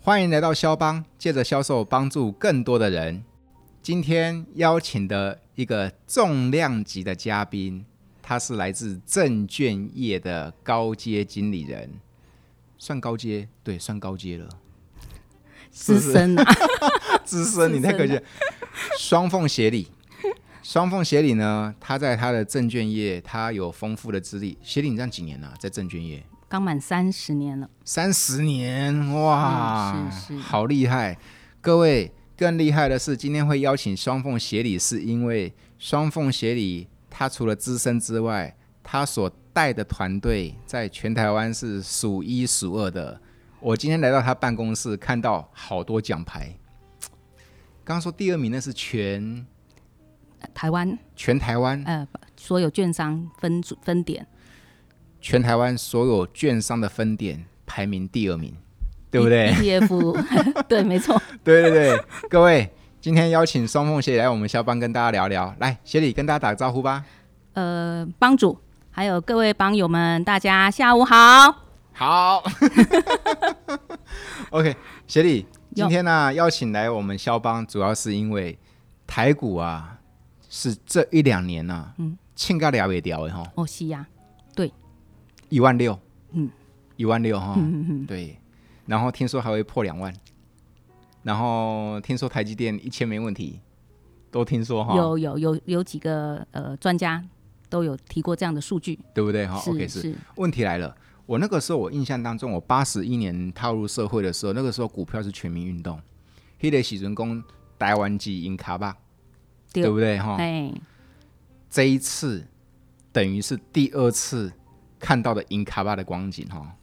欢迎来到肖邦，借着销售帮助更多的人。今天邀请的一个重量级的嘉宾，他是来自证券业的高阶经理人，算高阶，对，算高阶了。资深啊， 资深，你太可惜了。双凤协理，双凤协理呢，他在他的证券业，他有丰富的资历。协理，你这样几年了、啊在证券业刚满三十年了，三十年，哇，嗯是是好厉害！各位，更厉害的是，今天会邀请双凤协理，是因为双凤协理他除了资深之外，他所带的团队在全台湾是数一数二的。我今天来到他办公室，看到好多奖牌。刚刚说第二名那是全呃台湾全台湾呃所有券商分组分点，全台湾所有券商的分点排名第二名，对不对？ ？ETF 对，没错，对对对，各位，今天邀请双凤协理来我们肖邦跟大家聊聊。来，协理跟大家打个招呼吧。呃，帮主还有各位帮友们，大家下午好。好 ，OK，协理，今有天呢、邀请来我们肖邦，主要是因为台股啊，是这一两年呐、啊，嗯，庆尬聊也聊的哈，哦，西呀、一万六，嗯，一万六哈，嗯嗯嗯，对，然后听说还会破两万，然后听说台积电一千没问题，都听说哈，有有有有几个呃专家都有提过这样的数据，对不对哈？OK，哦是是，问题来了，我那个时候我印象当中，我八十一年踏入社会的时候，那个时候股票是全民运动，迄个时阵讲台湾基因卡吧，对对不哦对哈？哎，这一次等于是第二次看到的银卡巴的光景哈，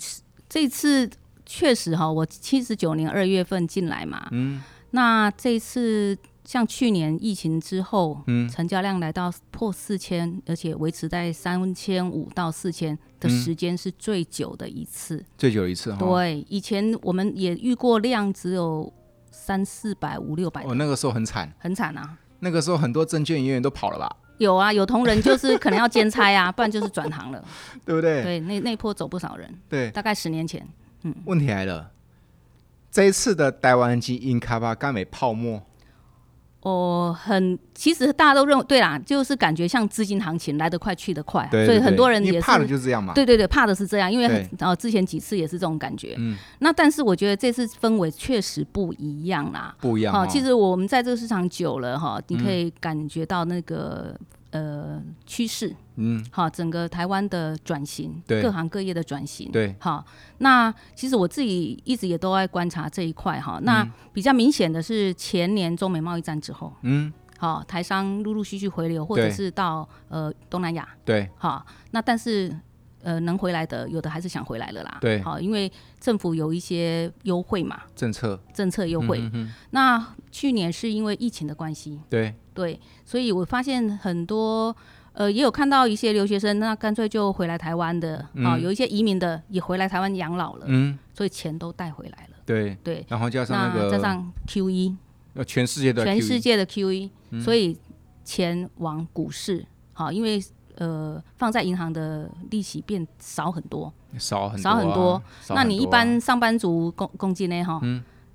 这次确实哈、我七十九年二月份进来嘛，嗯，那这次像去年疫情之后，嗯，成交量来到破四千，而且维持在三千五到四千的时间是最久的一次。最久一次哈。对，以前我们也遇过量只有三四百、五六百我、，哦那个时候很惨，很惨啊。那个时候很多证券研员都跑了吧，有啊，有同仁就是可能要兼差啊，不 然就是转行了。对不对？对，那那波走不少人，对，大概十年前。问题来了，这一次的台湾基因卡巴干美泡沫，哦，很，其实大家都认为，对啦，就是感觉像资金行情来得快去得快啊，对对所以对很多人因为也是怕的就是这样嘛。对对对，怕的是这样，因为对然后之前几次也是这种感觉。嗯，那但是我觉得这次氛围确实不一样啦。不一样哦嗯好、哈。其实我们在这个市场久了哈，你可以感觉到那个、呃趋势，嗯，好，整个台湾的转型，对各行各业的转型，对，好，那其实我自己一直也都在观察这一块哈。那比较明显的是前年中美贸易战之后，嗯，好、台商陆陆续续回流，或者对是到呃东南亚，对哈，那但是呃能回来的有的还是想回来了啦，对好，因为政府有一些优惠嘛，政策，政策优惠。嗯哼，那去年是因为疫情的关系，对，对，所以我发现很多。呃，也有看到一些留学生，那干脆就回来台湾的啊、有一些移民的也回来台湾养老了，嗯，所以钱都带回来了。对，对，然后加上那那个，加上 Q E，呃全世界的 QE，全世界的 Q E，、所嗯以钱往股市，好，因为呃放在银行的利息变少很多。E 少很少很多多啊，嗯少那很你一多啊般上班族工工资呢？哈，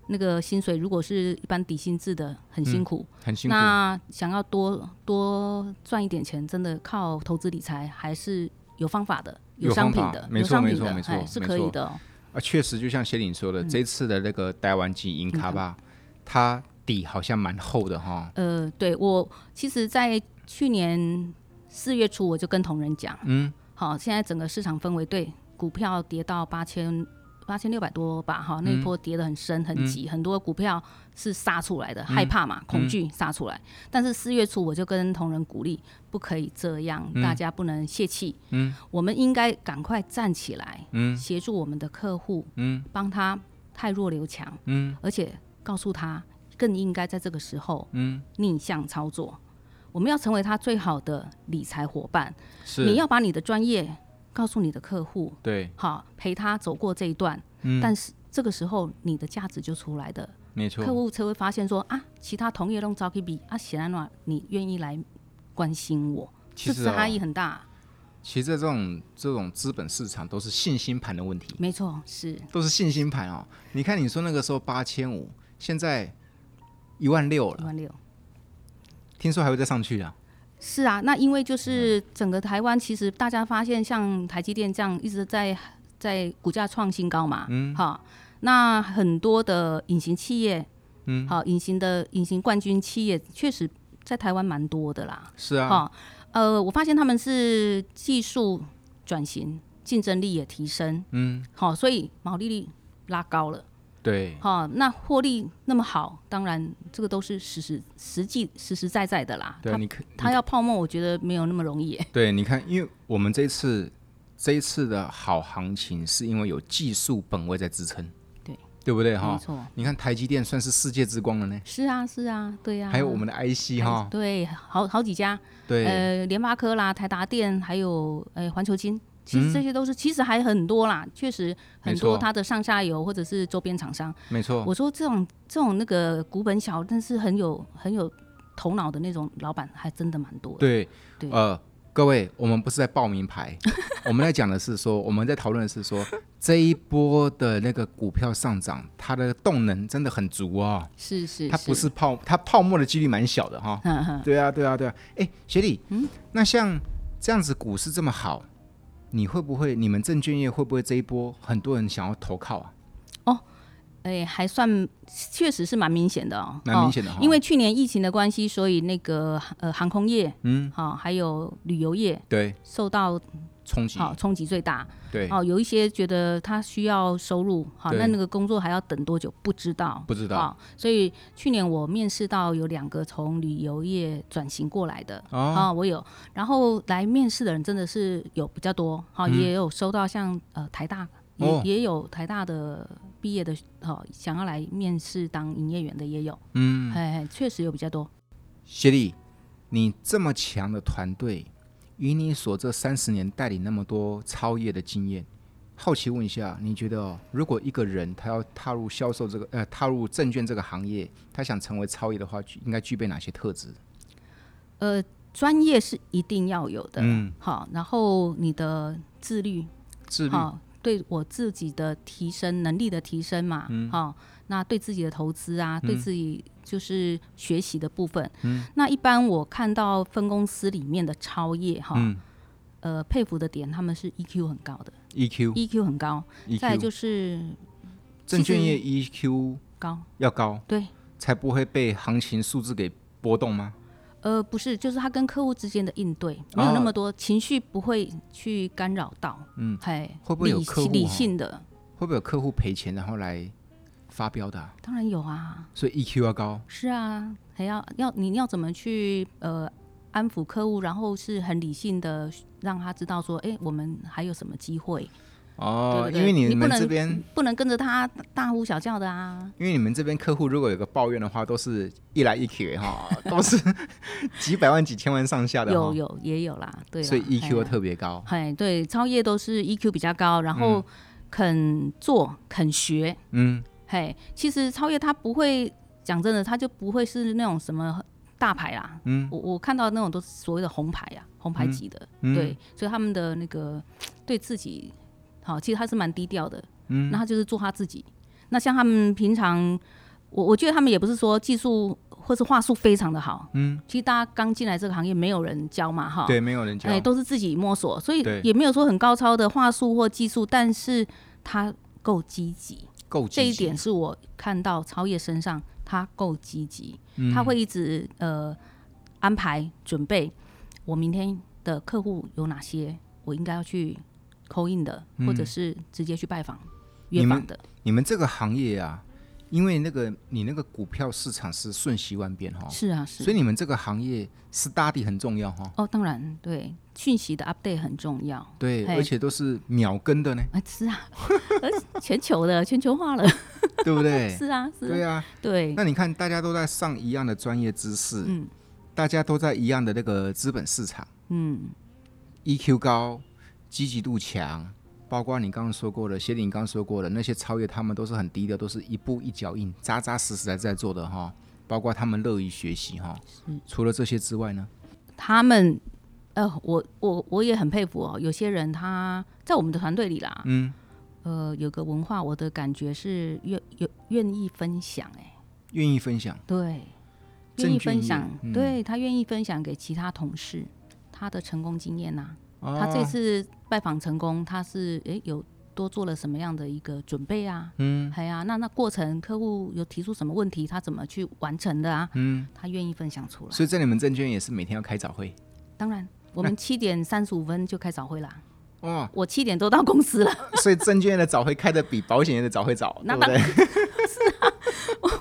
那个薪水如果是一般底薪制的，很辛苦。很嗯辛苦，那想要多多赚一点钱，真的靠投资理财还是有方法的，有商品方法的，没有错商没品错的没，错哎，是没可错以的哦。啊，确实就像协理说的，嗯这次的那个台湾基因卡吧，它底好像蛮厚的哈，呃，对我其实，在去年四月初我就跟同仁讲，嗯，好，现在整个市场氛围对股票跌到八千八千六百多吧，哈，那一波跌得很深很急，很多股票是杀出来的，害怕嘛，恐惧杀出来。但是四月初我就跟同仁鼓励，不可以这样，大家不能泄气，嗯，我们应该赶快站起来，嗯，协助我们的客户，嗯，帮他汰弱留强，嗯，而且告诉他更应该在这个时候，嗯，逆向操作。我们要成为他最好的理财伙伴，是，你要把你的专业告诉你的客户，对，好陪他走过这一段。嗯、但是这个时候你的价值就出来的，没客错，户才会发现说啊，其他同业都早可以比啊，显然话你愿意来关心我，其这实哦差异很大。其实这种这种资本市场都是信心盘的问题，没错，是都是信心盘哦。你看，你说那个时候八千五，现在一万六一了，万六。听说还会再上去啊？是啊，那因为就是整个台湾，其实大家发现像台积电这样一直在在股价创新高嘛，嗯，好，那很多的隐形企业，嗯，好，隐形的隐形冠军企业确实在台湾蛮多的啦，是啊，哈、呃，我发现他们是技术转型，竞争力也提升，嗯，好，所以毛利率拉高了。对，哈、那获利那么好，当然这个都是实实实际实实在在的啦。对，啊它你看，它要泡沫，我觉得没有那么容易耶。对，你看，因为我们这一次这一次的好行情，是因为有技术本位在支撑，对，对不对没哈？错，你看台积电算是世界之光了呢，是啊，是啊，对啊。还有我们的 IC 哈，对，好好几家，对，呃，联发科啦、台达电，还有呃环球金，其实这些都是，其实还很多啦，确实嗯很没多错哦它的上下游或者是周边厂商。没错，我说这种这种那个股本小，但是很有很有头脑的那种老板，还真的蛮多的。对，对呃，各位，我们不是在报名牌，我们在讲的是说，我们在讨论的是说，这一波的那个股票上涨，它的动能真的很足哦，是是，它不是泡，它泡沫的几率蛮小的哈、 嗯哼，对啊，对啊，对啊。哎，学弟，那像这样子股市这么好，你会不会，你们证券业会不会这一波很多人想要投靠哦啊？哎，还算确实是蛮明显的哦，蛮明显的哈哦因为去年疫情的关系，所以那个呃航空业，嗯，好、还有旅游业对，受到冲击，好、冲击最大。对，哦，有一些觉得他需要收入，好、对那那个工作还要等多久不知道。不知道好，啊所以去年我面试到有两个从旅游业转型过来的，哦啊、我有，然后来面试的人真的是有比较多，哈、也有收到像呃台大，也、嗯哦也有台大的毕业的，哈、想要来面试当营业员的也有，嗯，哎、确实有比较多。学弟，你这么强的团队，以你所这三十年带领那么多超业的经验，好奇问一下，你觉得、哦、如果一个人他要踏入销售这个呃踏入证券这个行业，他想成为超业的话，具应该具备哪些特质？呃，专业是一定要有的，嗯，好，然后你的自律，自律，好、对我自己的提升能力的提升嘛，好、嗯那对自己的投资啊，对自己就是学习的部分，嗯，那一般我看到分公司里面的超业哈，嗯呃，佩服的点他们是 EQ 很高的，EQ， ，EQ 很高，再来 EQ，就是 E 证券业 EQ 高，要高，对，才不会被行情数字给波动吗？呃，不是，就是他跟客户之间的应对没有那么多、情绪，不会去干扰到，哦嗯，嘿，会不会有理客户理哦性的？会不会有客户赔钱然后来发飙的啊、当然有啊，所以 EQ 要高，是啊，还要要你要怎么去呃安抚客户，然后是很理性的让他知道说，哎、我们还有什么机会？哦，对对对因为你不们能这边，不能跟着他大呼小叫的啊。因为你们这边客户如果有个抱怨的话，都是一来一去 哈，都是几百万、几千万上下的哈有，有也有啦，对啦。所以 EQ 哎要特别高。哎，对，超业都是 EQ 比较高，然后肯做肯学。嗯，嘿，其实超越他不会讲真的，他就不会是那种什么大牌啦。嗯我我看到那种都是所谓的红牌呀、红牌级的。嗯对，所以他们的那个对自己，好，其实他是蛮低调的。嗯，那他就是做他自己。那像他们平常，我我觉得他们也不是说技术或是话术非常的好。嗯，其实大家刚进来这个行业，没有人教嘛，哈。对，没有人教哎、，都是自己摸索，所以对也没有说很高超的话术或技术，但是他够积极，够积极这一点是我看到超越身上，他够积极，嗯他会一直呃安排准备我明天的客户有哪些，我应该要去扣印的，或者是直接去拜访你约们访的，你们这个行业啊，因为那个你那个股票市场是瞬息万变哈，是啊是所以你们这个行业 study 很重要哈。哦，当然对讯息的 update 很重要， 对，嘿而且都是秒跟 的呢，啊是啊，而全球的全球化了，对不对？ 是啊是对啊啊，对那你看，大家都在上一样的专业知识，嗯大家都在一样的那个资本市场嗯。 ，EQ 高，积极度强，包括你刚刚说过的，谢林刚刚说过的那些超越，他们都是很低调，都是一步一脚印，扎扎实实在在做的哈。包括他们乐于学习哈。除了这些之外呢，他们呃，我我我也很佩服哦，有些人他在我们的团队里啦，嗯，呃，有个文化，我的感觉是愿有愿意分享、哎，愿意分享，对，郑愿意俊分业享，嗯对他愿意分享给其他同事他的成功经验呐、哦、他这次拜访成功，他是诶有多做了什么样的一个准备啊？嗯哎呀，那那过程客户有提出什么问题，他怎么去完成的啊？嗯，他愿意分享出来。所以在你们证券也是每天要开早会当然，我们七点三十五分就开早会啦，哦，我七点都到公司了。 所以证券的早会开的比保险业的早会早，那对不对？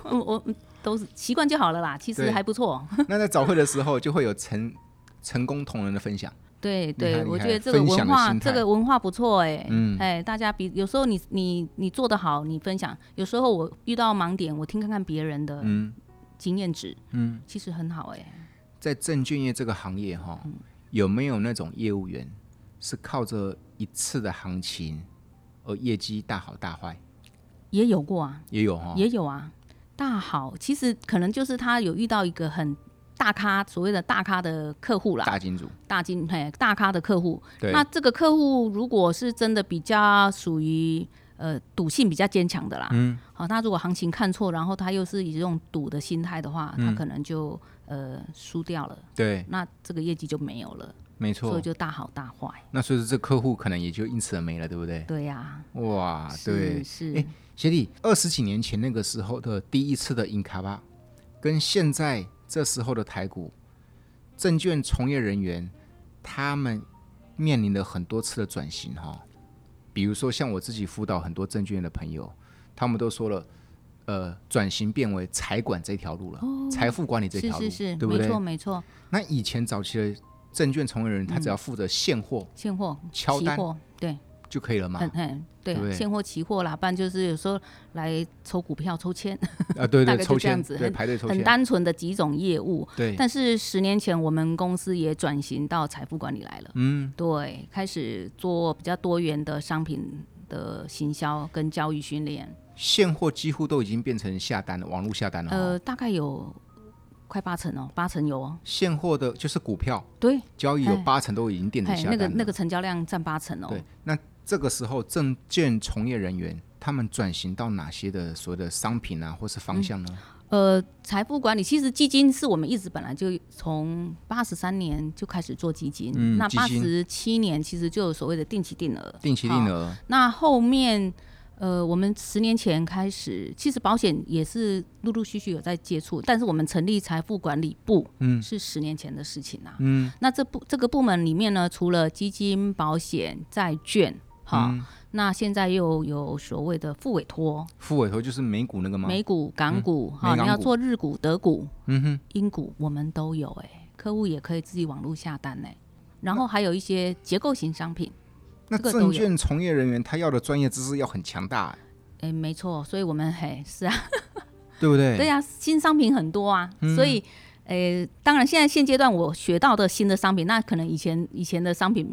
我我都是习惯就好了啦，其实对还不错。那在早会的时候就会有成成功同仁的分享，对厉害对，厉我害觉得这个分享文的化，心态这个文化不错哎、嗯哎，大家比有时候你你你做得好，你分享；有时候我遇到盲点，我听看看别人的嗯经验值，嗯，其实很好哎、在证券业这个行业哈、嗯有没有那种业务员是靠着一次的行情而业绩大好大坏？也有过啊，也有哈、也有啊，大好，其实可能就是他有遇到一个很大咖，所谓的大咖的客户啦，大金主大金嘿大咖的客户。对，那这个客户如果是真的比较属于呃赌性比较坚强的啦，嗯，好、那如果行情看错，然后他又是以这种赌的心态的话，嗯他可能就呃输掉了，对，那这个业绩就没有了，没所错以。就大好大坏。那所以说这客户可能也就因此而没了，对不对？对呀、哇，啊对是，是、哎协理，二十几年前那个时候的第一次的印卡巴，跟现在这时候的台股，证券从业人员他们面临了很多次的转型哈、比如说像我自己辅导很多证券的朋友，他们都说了，呃，转型变为财管这条路了，财富管理这是条路，哦是是，对不没对错？没错，那以前早期的证券从业人员，他只要负责现货现货、敲嗯期单货，对。就可以了嘛？很很对对不啊，对现货、期货啦，不然就是有时候来抽股票、抽签，啊，对对，嗯大概就抽这样签，子对排队抽很签，单纯的几种业务。对，但是十年前，我们公司也转型到财富管理来了，嗯，对，开始做比较多元的商品的行销跟教育训练，现货几乎都已经变成下单了，网络下单了、哦。呃，大概有快八成哦，八成有哦，现货的就是股票对，交易有哎八成都已经电子哎，下那单个了。那个成交量占八成哦，对，那这个时候证券从业人员他们转型到哪些的所谓的商品啊，或是嗯方向呢？呃，财富管理其实基金是我们一直本来就从八十三年就开始做基金，嗯那基八金十七年其实就有所谓的定期定额，定期定好。额，那后面呃，我们十年前开始，其实保险也是陆陆续续有在接触，但是我们成立财富管理部，嗯是十年前的事情啊。嗯那这部这个部门里面呢，除了基金、保险、债券，哈、嗯，那现在又有所谓的副委托，副委托就是美股那个吗？美股、港股，哈、嗯美港你要股做日股、德股、嗯哼，英股，我们都有哎、客户也可以自己网络下单哎、然后还有一些结构型商品，那这个都证有券从业人员他要的专业知识要很强大、欸哎、没错，所以我们嘿是啊，对不对？嗯对呀、新商品很多啊，所以。诶、当然，现在现阶段我学到的新的商品，那可能以前以前的商品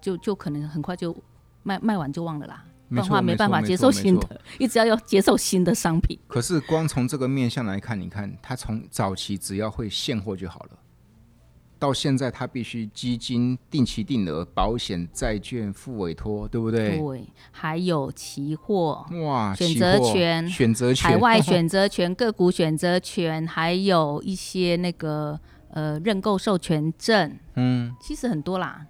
就就可能很快就卖卖完就忘了啦，不没然的错，话没办法错接受错新错的，一直要要接受新的商品。可是光从这个面相来看，你看他从早期只要会现货就好了，到现在他必须基金、定期定额、保险、债券、付委托，对不对？对，还有期货，哇，选期择货权选择权、海外选择权、个股选择权，还有一些那个呃认购授权证，嗯，其实很多啦。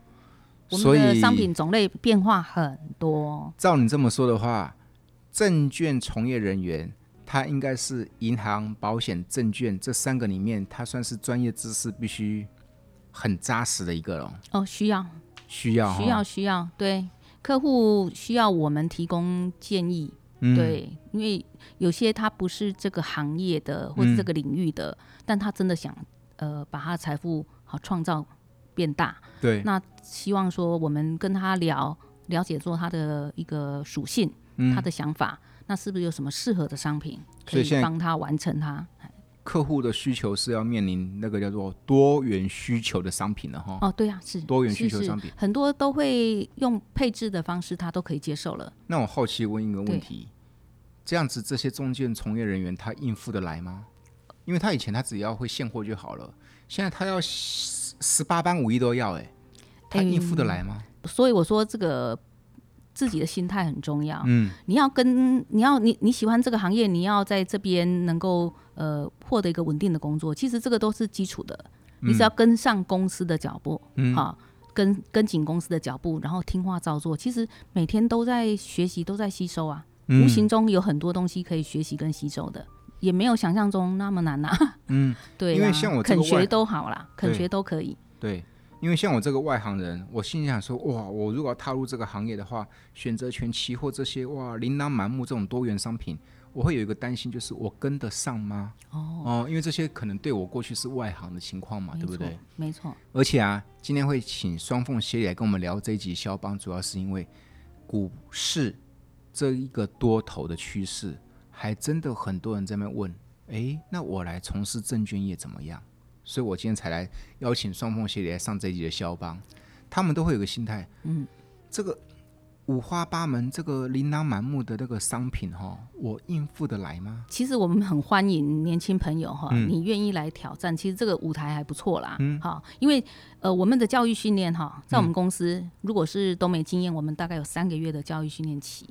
我所们的以商品种类变化很多，照你这么说的话，证券从业人员他应该是银行、保险、证券这三个里面，他算是专业知识必须很扎实的一个了，哦，需要需要需哈要需要，对客户需要我们提供建议，嗯、对，因为有些他不是这个行业的或嗯是这个领域的，但他真的想呃把他的财富好创造变大，对，那希望说我们跟他聊，了解做他的一个属性，嗯他的想法，那是不是有什么适合的商品可所以现在以帮他完成他？客户的需求是要面临那个叫做多元需求的商品了哈。哦，对呀、是多元需求是是商品很多都会用配置的方式，他都可以接受了。那我好奇问一个问题：这样子这些中介从业人员他应付得来吗？因为他以前他只要会现货就好了，现在他要十十八般武艺都要哎、他应付得来吗？所以我说这个自己的心态很重要。嗯你要跟你要你你喜欢这个行业，你要在这边能够呃获得一个稳定的工作，其实这个都是基础的。你只要跟上公司的脚步，嗯哈、跟跟紧公司的脚步，然后听话照做。其实每天都在学习，都在吸收啊，嗯无形中有很多东西可以学习跟吸收的，也没有想象中那么难呐、嗯， 对啦，因为像我这个肯外学都好啦，肯对学都可以。对，因为像我这个外行人，我心里想说，哇，我如果要踏入这个行业的话，选择权、期货这些，哇，琳琅满目这种多元商品，我会有一个担心，就是我跟得上吗？哦，哦、因为这些可能对我过去是外行的情况嘛，没对错，不对？没错，而且啊，今天会请双凤协理来跟我们聊这一集肖邦，主要是因为股市这一个多头的趋势，还真的很多人在那边问，诶，那我来从事证券业怎么样？所以我今天才来邀请双凤协理来上这一集的肖邦，他们都会有个心态，嗯，这个五花八门、这个琳琅满目的那个商品哈、哦，我应付得来吗？其实我们很欢迎年轻朋友哈，你愿意来挑战，其实这个舞台还不错啦。嗯，好，因为呃，我们的教育训练哈，在我们公司、如果是都没经验，我们大概有三个月的教育训练期，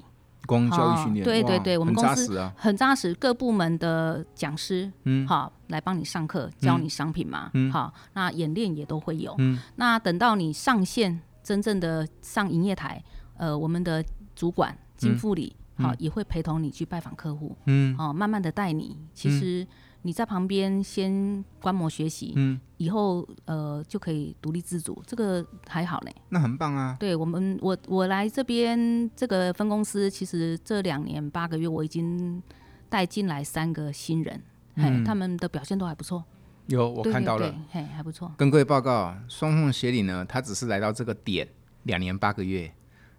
光教育训练，哦对对哇对我们很公扎司实啊，很扎实，各部门的讲师，嗯，好，来帮你上课，教你商品嘛，嗯，好，那演练也都会有，嗯，那等到你上线，真正的上营业台，呃，我们的主管金副理，好，也会陪同你去拜访客户，嗯，哦，慢慢的带你，其实你在旁边先观摩学习，嗯，以后呃就可以独立自主，这个还好呢，那很棒啊，对我们，我我来这边这个分公司，其实这两年八个月，我已经带进来三个新人，嘿，他们的表现都还不错。有嗯我对看对到了。啊对嘿，还不错。跟各位报告，双凤协理呢，他只是来到这个点两年八个月。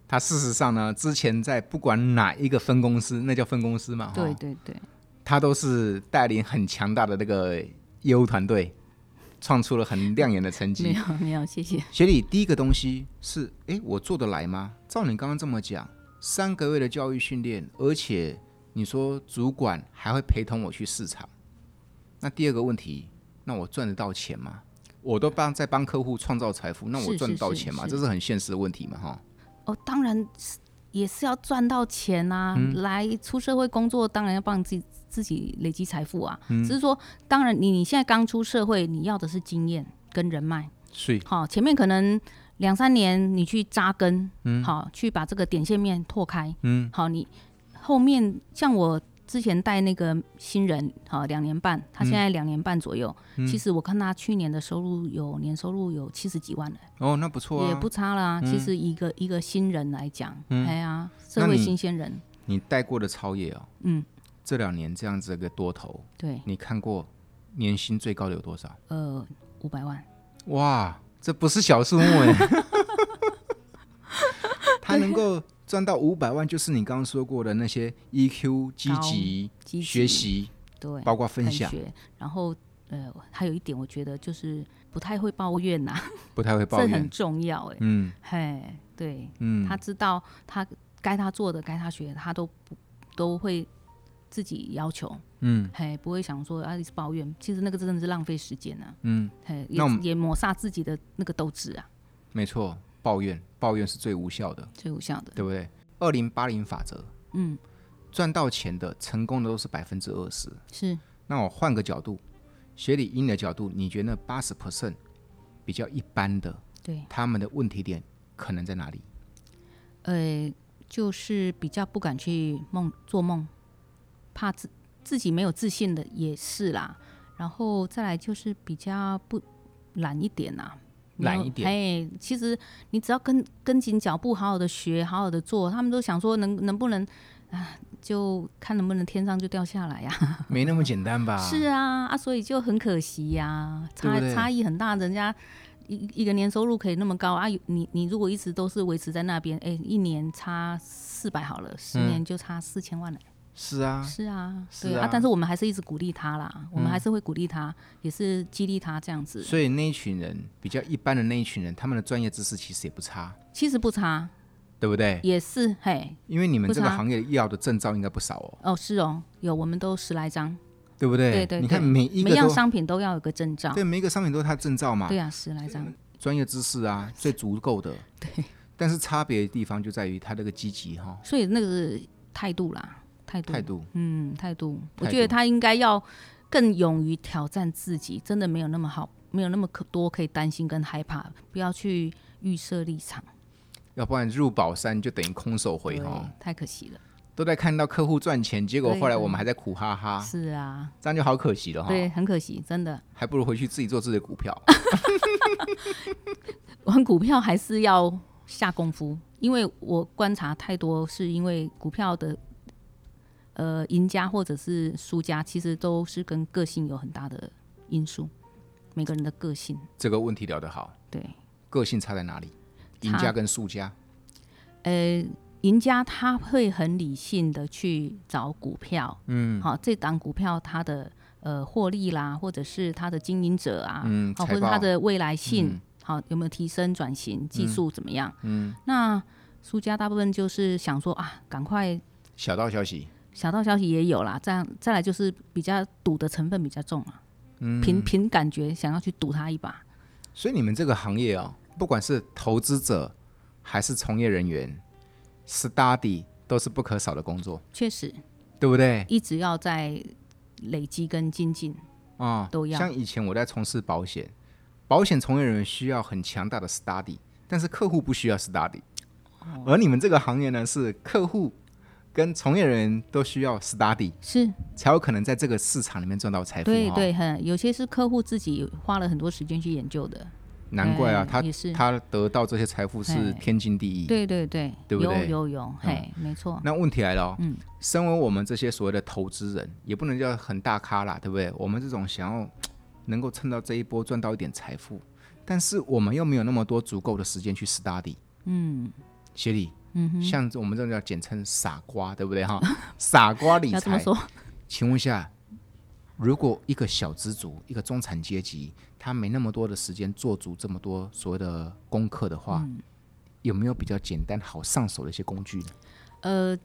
他事实上呢，之前在不管哪一个分公司，那叫分公司嘛，哈对，对对，他都是带领很强大的那个业务团队，创出了很亮眼的成没绩。有没有，谢谢。协理第一个东西是，诶，我做得来吗？照你刚刚这么讲，三个月的教育训练，而且你说主管还会陪同我去市场，那第二个问题，那我赚得到钱吗？我都帮在帮客户创造财富，那我是赚得是到是钱吗？是这是很现实的问题嘛，哈。哦，当然是也是要赚到钱啊，嗯来出社会工作，当然要帮自己自己累积财富啊。嗯只是说，当然你你现在刚出社会，你要的是经验跟人脉。所以，好，前面可能两三年你去扎根，好，去把这个点线面拓开，嗯，好，你后面像我之前带那个新人，好，两年半，嗯他现在两年半左右，其实我看他去年的收入有年收入有七十几万了，哦，那不错啊。嗯也不差了啊。其实一个一个新人来讲，哎呀，社那会你新鲜人，你带过的超业哦，嗯，这两年这样子的一个多头，对，你看过年薪最高的有多少？呃，五百万，哇，这不是小数目 哎，他能够赚到五百万，就是你刚刚说过的那些 EQ 积极、积极学习，对，包括分很享，学，然后。呃，还有一点，我觉得就是不太会抱怨呐、不太会抱 这很怨。重要哎、嗯嘿，对，嗯他知道他该他做的、该他学的，他都不都会自己要求，嗯嘿，不会想说啊一直抱怨，其实那个真的是浪费时间啊，嗯，嘿，也那我们也抹杀自己的那个斗志啊，没错，抱怨抱怨是最无效的，最无效的，对不对？二零八零法则，嗯，赚到钱的、成功的都是百分之二十。是那我换个角度，学理英的角度，你觉得八十 percent 比较一般的，对，他们的问题点可能在哪里？呃，就是比较不敢去梦做梦，怕自自己没有自信的也是啦，然后再来就是比较不懒一点啊啦、没有懒一点哎，其实你只要跟跟紧脚步，好好的学，好好的做，他们都想说能能不能啊，就看能不能天上就掉下来呀、没那么简单吧？是啊，啊，所以就很可惜呀、对不差对差异很大，人家一一个年收入可以那么高啊，有你你如果一直都是维持在那边，哎，一年差四百好了，十年就差四千万了。是嗯啊，是啊，是对啊嗯但是我们还是一直鼓励他啦，我们还是会鼓励他，也是激励他这样子。所以那一群人比较一般的那一群人，他们的专业知识其实也不差，其实不差，对不对？也是嘿，因为你们不这个差行业要的证照应该不少哦，哦，是哦，有我们都十来张，对不对？对对你看对每一每个样都商品都要有个证照。对每一个商品都是他的证照嘛。对啊，十来张，专业知识啊，最足够的。对，但是差别的地方就在于他这个积极哈、所以那个态度啦，态度，态度，嗯，态度，我态觉得度他应该要更勇于挑战自己，真的没有那么好，没有那么可多可以担心跟害怕，不要去预设立场，要不然入宝山就等于空手回对哈、太可惜了。都在看到客户赚钱，结果对后来对我们还在苦哈哈，是啊，这样就好可惜了哈、对，很可惜，真的还不如回去自己做自己的股票。玩股票还是要下功夫，因为我观察太多，是因为股票的呃赢家或者是输家，其实都是跟个性有很大的因素，每个人的个性，这个问题聊得好，对。个性差在哪里？赢家跟输家，呃，赢家他会很理性的去找股票，嗯，好、这档股票它的呃获利啦，或者是它的经营者啊，嗯，好、财或者报它的未来性，好、有没有提升、转型、技术怎么样？嗯，那输家大部分就是想说啊，赶快小道消息，小道消息也有啦，这样再来就是比较赌的成分比较重啊，嗯凭凭感觉想要去赌他一把，所以你们这个行业哦，不管是投资者还是从业人员，study 都是不可少的工作，确实对不对？一直要在累积跟精进，啊、都要像以前我在从事保险，保险从业人员需要很强大的 study，但是客户不需要 study。而哦你们这个行业呢，是客户跟从业人员都需要 study，是才有可能在这个市场里面赚到财富、哦。对，对，很有些是客户自己花了很多时间去研究的。难怪啊，哎他也是他得到这些财富是哎天经地义。对对对，对不对啊有有有，嘿，没错，那问题来了、哦，嗯，身为我们这些所谓的投资人，也不能叫很大咖啦，对不对？我们这种想要能够趁到这一波赚到一点财富，但是我们又没有那么多足够的时间去 study，嗯，协理，嗯像我们这种叫简称傻瓜，对不对哈？ 傻瓜理要这么财，说，请问一下，如果一个小资族、一个中产阶级，他没那么多的时间做足这么多所谓的功课的话，有没有比较简单好上手的一些工具呢？呃，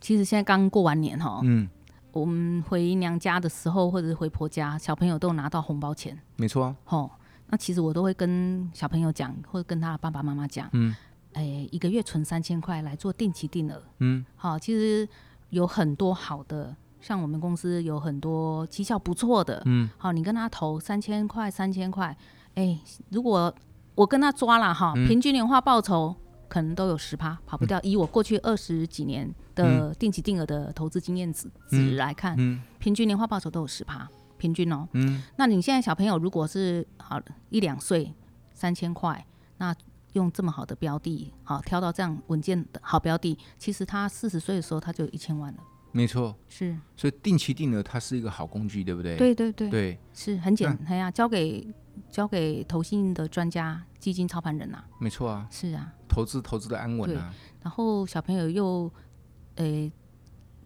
其实现在刚过完年哈，嗯，我们回娘家的时候或者是回婆家，小朋友都有拿到红包钱，没错啊，吼，那其实我都会跟小朋友讲，或者跟他爸爸妈妈讲，嗯，哎，一个月存三千块来做定期定额，嗯，好，其实有很多好的。像我们公司有很多绩效不错的，嗯，好，你跟他投三千块，三千块，哎，如果我跟他抓了哈，嗯平均年化报酬可能都有十趴，跑不掉。以我过去二十几年的定期定额的投资经验值值来看，嗯平均年化报酬都有十趴，平均哦。嗯，那你现在小朋友如果是好一两岁，三千块，那用这么好的标的，好挑到这样稳健的好标的，其实他四十岁的时候他就有一千万了。没错。是，所以定期定额它是一个好工具，对不对？对对对，对嗯是很简单呀、交给交给投信的专家、基金操盘人啊，没错啊，是啊。投资投资的安稳啊，然后小朋友又，呃，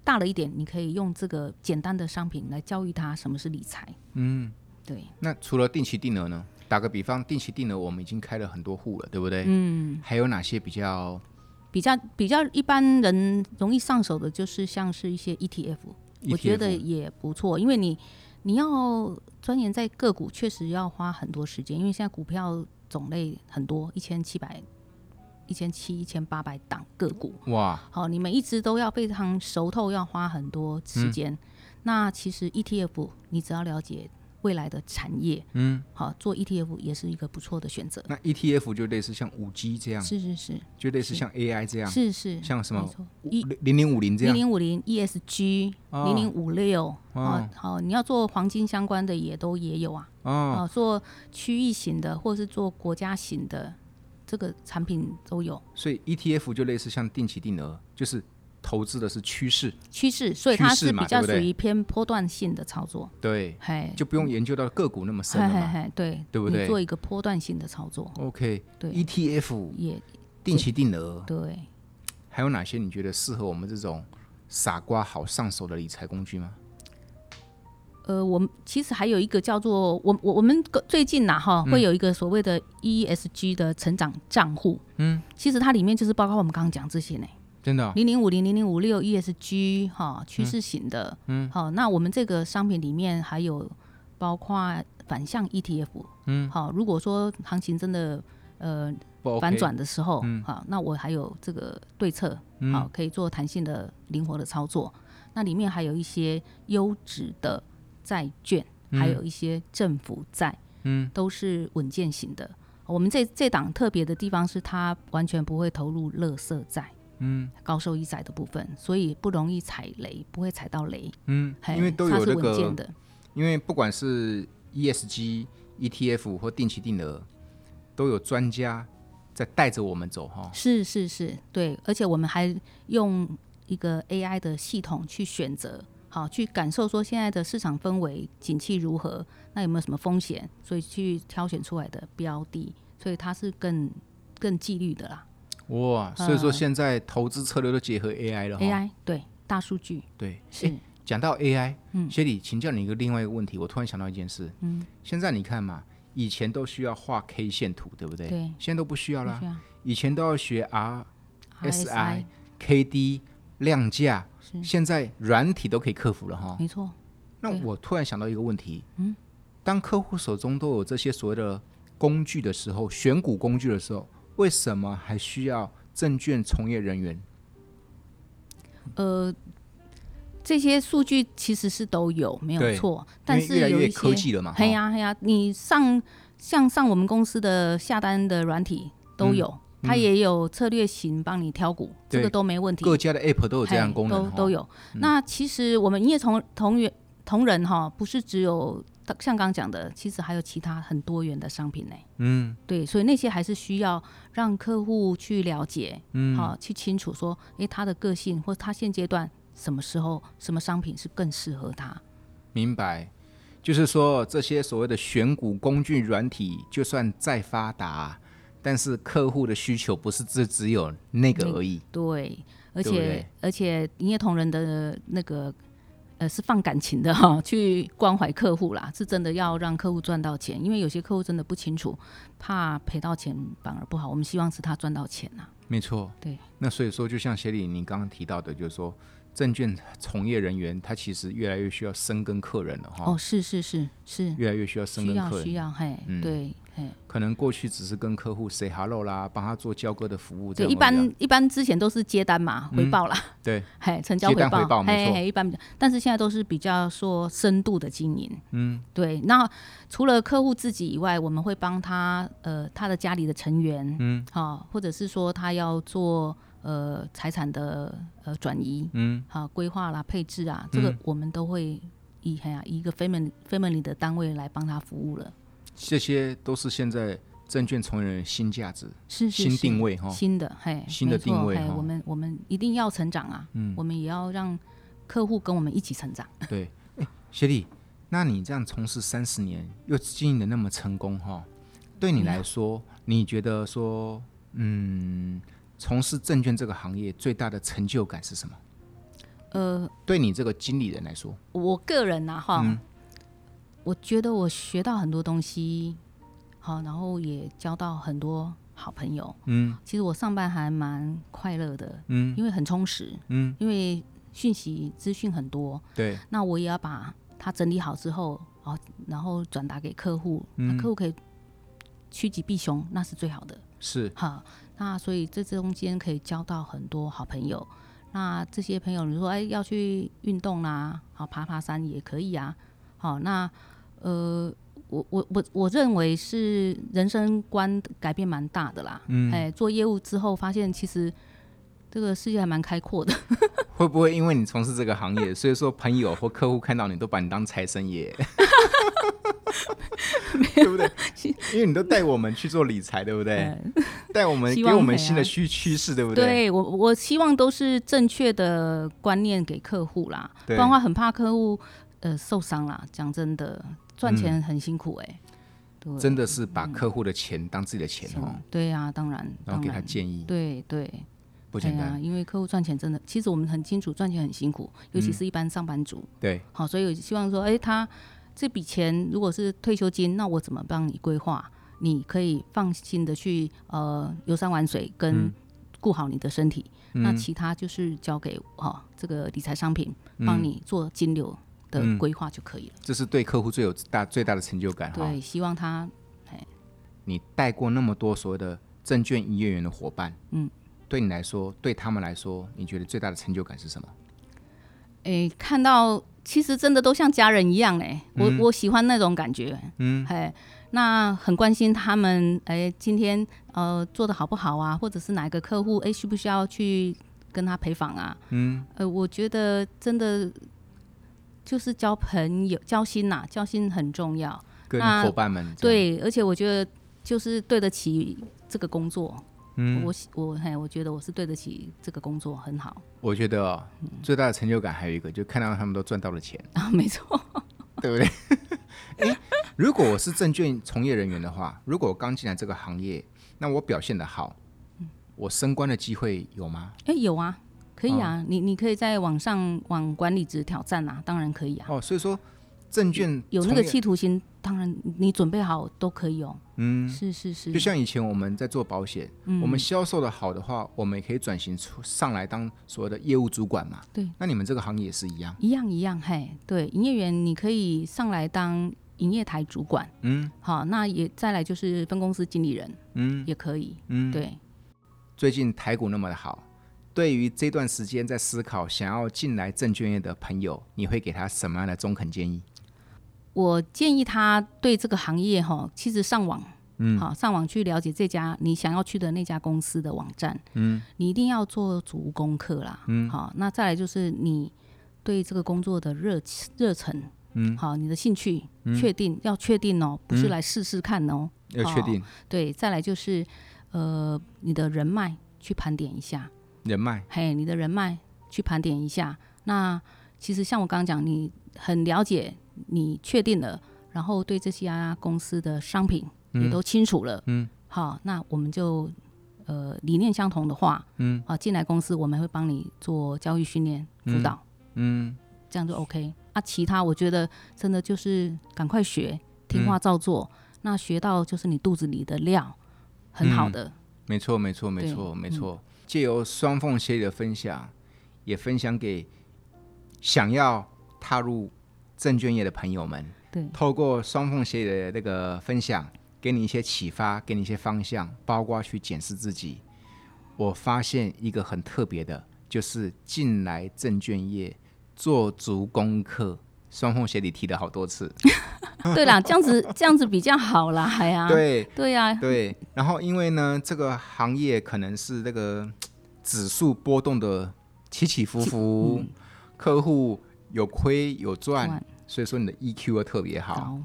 大了一点，你可以用这个简单的商品来教育他什么是理财。嗯。对，那除了定期定额呢？打个比方，定期定额我们已经开了很多户了，对不对？嗯，还有哪些比较比较比较一般人容易上手的就是像是一些 E ETF，, E 我觉得 ETF 也不错，因为你你要钻研在个股，确实要花很多时间，因为现在股票种类很多，一千七百、一千七、一千八百档个股，哇，好，你们一直都要非常熟透，要花很多嗯时间。那其实 ETF，你只要了解未来的产业，嗯，好，做 ETF 也是一个不错的选择。那 ETF 就类似像五 G 这样，是是是就类似像 AI 这样，是是，像什没么错，一零零五零这零样，零五零 ESG，哦零零五六哦啊，好，你要做黄金相关的也都也有啊，哦，啊，做区域型的或是做国家型的，这个产品都有所以 ETF 就类似像定期定额，就是投资的是趋势，趋势，所以它趋势是嘛比较对不属对于偏波段性的操作，对，嘿，就不用研究到个股那么深嘿了嘿嘛。嘿，对，对不你对做一个波段性的操作，对 OK，ETF 也 E 定期定额，对。还有哪些你觉得适合我们这种傻瓜好上手的理财工具吗？呃，我们其实还有一个叫做我我我们最近呐、哈，嗯会有一个所谓的 ESG 的成长账户，嗯，其实它里面就是包括我们刚刚讲这些呢，真的哦、零零五零零零五六 E ESG 哈趋势型的，嗯，好、那我们这个商品里面还有包括反向 ETF，嗯，好，如果说行情真的呃不 OK 反转的时候，嗯好，那我还有这个对策，嗯好，可以做弹性的、灵活的操作。那里面还有一些优质的债券，还有一些政府债，嗯，都是稳健型的。我们这这档特别的地方是，它完全不会投入垃圾债、嗯高收益债的部分，所以不容易踩雷，不会踩到雷。嗯，嘿因为都有它那是稳个健，的，因为不管是 E ESG、ETF 或定期定额，都有专家在带着我们走哈。是是是，对，而且我们还用一个 AI 的系统去选择，好去感受说现在的市场氛围、景气如何，那有没有什么风险，所以去挑选出来的标的，所以它是更更纪律的啦。哇，所啊以说现在投资策略都结合 AI 了哈。 AI 对大数据对，是、讲到 AI，谢礼，请教你一个另外一个问题，我突然想到一件事，嗯，现在你看嘛，以前都需要画 K 线图，对不对？对现在都不需要啦必须，啊以前都要学 R、 RSI SI、KD、量价，是现在软体都可以克服了哈。没错，那对啊我突然想到一个问题，嗯，当客户手中都有这些所谓的工具的时候，选股工具的时候，为什么还需要证券从业人员？呃。这些数据其实是都有，没有对错，但因是为越来有越一些科技了嘛，嘿啊哈呀嘿呀，你上像上我们公司的下单的软体都有，它也有策略型帮你挑股，嗯这对个都没问题。各家的 app 都有这样嘿功能，都哈嗯都有。那其实我们营业同同源同仁哈，不是只有像刚讲的，其实还有其他很多元的商品呢。嗯。对，所以那些还是需要让客户去了解，嗯，好、去清楚说，诶，他的个性或他现阶段什么时候什么商品是更适合他。明白，就是说这些所谓的选股工具软体，就算再发达，但是客户的需求不是只只有那个而已。对，而对且不对而且营业同仁的那个呃是放感情的哈、去关怀客户啦，是真的要让客户赚到钱，因为有些客户真的不清楚，怕赔到钱反而不好。我们希望是他赚到钱啊呐、没错，对。那所以说，就像协理您刚刚提到的，就是说证券从业人员他其实越来越需要深耕客人了哈，哦，是是是是，越来越需要深需耕要客人。需要，嘿，嗯对，嘿。可能过去只是跟客户 say hello 啦，帮他做交割的服务这样而已对，一啊。般一般之前都是接单嘛，嗯回报啦，对，嘿，成交接单报，回报没嘿错嘿，一般比较，但是现在都是比较说深度的经营，嗯，对。那除了客户自己以外，我们会帮他呃他的家里的成员，嗯，好、或者是说他要做呃财产的呃转移，嗯，好、规划啦、配置啊，这个我们都会以哎呀、以一个 family family 的单位来帮他服务了，这些都是现在证券从业人员新价值、是是新是定位哈。新的嘿，新的没错定位嘿哈我们我们一定要成长啊，嗯，我们也要让客户跟我们一起成长。对，哎，学弟，那你这样从事三十年，又经营的那么成功哈、对你嗯来说，你觉得说，嗯，从事证券这个行业最大的成就感是什么？呃，对你这个经理人来说，我个人呐、哈，嗯我觉得我学到很多东西，好，然后也交到很多好朋友。嗯其实我上班还蛮快乐的，嗯因为很充实，嗯，因为讯息资讯很多，对，那我也要把它整理好之后，哦，然后转达给客户，嗯那客户可以趋吉避凶，那是最好的。是，好，那所以这中间可以交到很多好朋友。那这些朋友，你说哎要去运动啦，好爬爬山也可以啊。好，那呃，我我我我认为是人生观改变蛮大的啦。嗯，哎，做业务之后发现其实这个世界还蛮开阔的。会不会因为你从事这个行业，所以说朋友或客户看到你都把你当财神爷？ 对不对？因为你都带我们去做理财，对不 对？带我们希给望我们可以新的啊趋趋势，对不对？对我，我希望都是正确的观念给客户啦，不对然的话很怕客户呃受伤啦。讲真的，嗯赚钱很辛苦哎、对，真的是把客户的钱当自己的钱哦，对呀、当然，然后嗯当给他然，建议，对对，不简哎呀单。因为客户赚钱真的，其实我们很清楚，赚钱很辛苦，嗯尤其是一般上班族。对，好，所以我希望说，哎，他这笔钱如果是退休金，那我怎么帮你规划？你可以放心的去呃游山玩水，嗯跟顾好你的身嗯体。那其他就是交给哈、哦、这个理财商品帮你做金流的规划就可以了。这是对客户最有大最大的成就感哈。对，希望他你带过那么多所谓的证券营业员的伙伴，嗯，对你来说，对他们来说，你觉得最大的成就感是什么？诶、看到其实真的都像家人一样嘞、我、我喜欢那种感觉，嗯，哎，那很关心他们，诶，今天呃做的好不好啊，或者是哪一个客户，诶，需不需要去跟他陪访啊？嗯，呃，我觉得真的就是交朋友、交心呐、交心很重要。跟那伙伴们这样，对，而且我觉得就是对得起这个工作。嗯，我喜我嘿，我觉得我是对得起这个工作，很好 我觉得、哦、嗯最大的成就感还有一个，就看到他们都赚到了钱，啊，没错，对不对？诶如果我是证券从业人员的话，如果我刚进来这个行业，那我表现的好，嗯我升官的机会有吗？哎、有啊，可以啊，你你可以在网上往管理职挑战啊，当然可以啊，哦，所以说证券有那从个业企图心，当然你准备好都可以哦，嗯，是是是，就像以前我们在做保险，我们销售的好的话，我们也可以转型出上来当所谓的业务主管嘛。对，那你们这个行业也是一样。一样一样，嘿，对，营业员你可以上来当营业台主管，嗯，好，那也再来就是分公司经理人，嗯，也可以，嗯，对，最近台股那么的好，对于这段时间在思考想要进来证券业的朋友，你会给他什么样的中肯建议？我建议他对这个行业哈，其实上网，嗯，好，上网去了解这家你想要去的那家公司的网站，嗯，你一定要做足功课啦，嗯，好，那再来就是你对这个工作的热情热忱，嗯，好，你的兴趣确定要确定哦，不是来试试看哦，要确定对，再来就是呃，你的人脉去盘点一下，人脉，嘿，你的人脉去盘点一下。那其实像我刚刚讲，你很了解，你确定了，然后对这家公司的商品也都清楚了，嗯，好，那我们就呃理念相同的话，嗯，啊，进来公司我们会帮你做教育训练辅导，嗯，这样就 OK。啊，其他我觉得真的就是赶快学，听话照做，那学到就是你肚子里的料，很好的，没错，没错，没错，没错。借由双凤协理的分享，也分享给想要踏入证券业的朋友们。对，透过双凤协理的那个分享，给你一些启发，给你一些方向，包括去检视自己。我发现一个很特别的，就是进来证券业做足功课。双凤协理提了好多次，对啦，这样子这样子比较好啦，哎呀、对，对呀、对，然后因为呢，这个行业可能是那个指数波动的起起伏伏，客户有亏有赚，赚所以说你的 EQ 要特别好。高，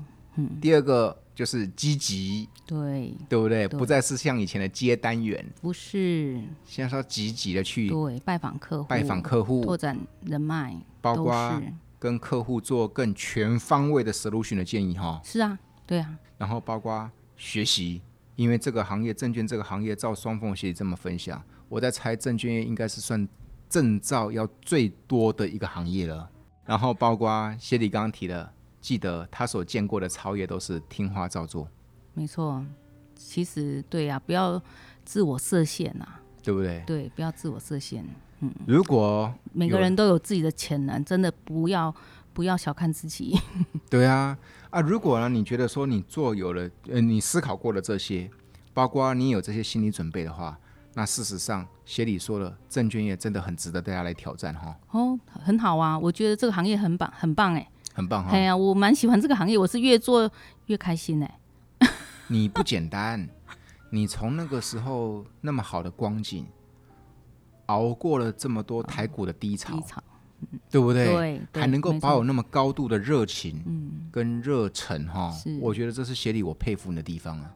第二个就是积极，对，对不对？对不再是像以前的接单员，不是现在是要积极的去对拜访客户，嗯拜访客户，拓展人脉，包都括是跟客户做更全方位的 solution 的建议哈、是啊，对啊，然后包括学习，因为这个行业证券这个行业，照双凤协理这么分享，我在猜证券业应该是算证照要最多的一个行业了。然后包括协理刚刚提的，记得他所见过的超越都是听话照做，没错，其实对呀、不要自我设限呐、对不对？对，不要自我设限，如果每有个人都有自己的潜能，真的不要不要小看自己， 对啊啊，如果呢，你觉得说你做有了，呃，你思考过了这些，包括你有这些心理准备的话，那事实上协理说了，证券业真的很值得大家来挑战哈、哦，很好啊，我觉得这个行业很棒，很棒哎、很棒哈、哎呀、我蛮喜欢这个行业，我是越做越开心哎、你不简单， 你从那个时候那么好的光景，熬过了这么多台股的低潮，低潮，对不对？对，对还能够没保错嗯有那么高度的热情，跟热忱哈是，我觉得这是协理我佩服你的地方啊。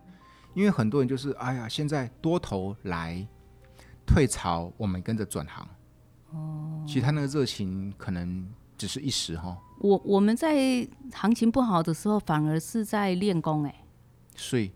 因为很多人就是，哎呀，现在多头来退潮，我们跟着转行。哦，其实他那个热情可能只是一时哈，我我们在行情不好的时候，反而是在练功哎、所以是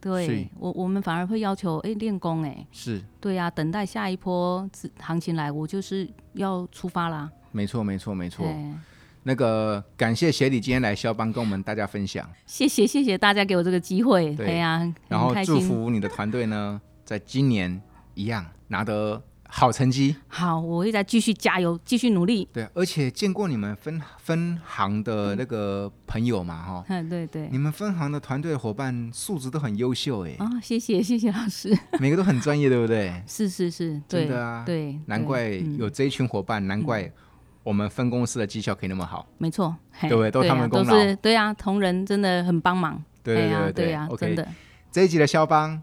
对我我们反而会要求哎练功哎、是对呀、等待下一波自行情来，我就是要出发啦。没错，没错，没错。哎那个感谢协理今天来肖邦跟我们大家分享。谢谢谢谢大家给我这个机会，对对呀、然嗯很后开祝心。福你的团队呢，在今年一样拿得好成绩。好，我会再继续加油，继续努力。对，而且见过你们分分行的那个朋友嘛，哈、嗯，对对你。们分行的团队伙伴素质都很优秀，哎，啊，谢谢谢谢老师， 每个都很专业，对不对？是是是，对真的啊对，难对怪嗯有这一群伙伴，难怪我们分公司的绩效可以那么好。没错，嘿对不对都是他们啊功劳都是对啊，同仁真的很帮忙，对哎对呀对对对啊，真 OK，的，这一集的肖邦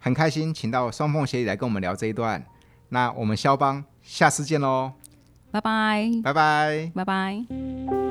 很开心，请到双凤协理来跟我们聊这一段。那我们肖邦下次见喽，拜拜，拜拜。拜拜。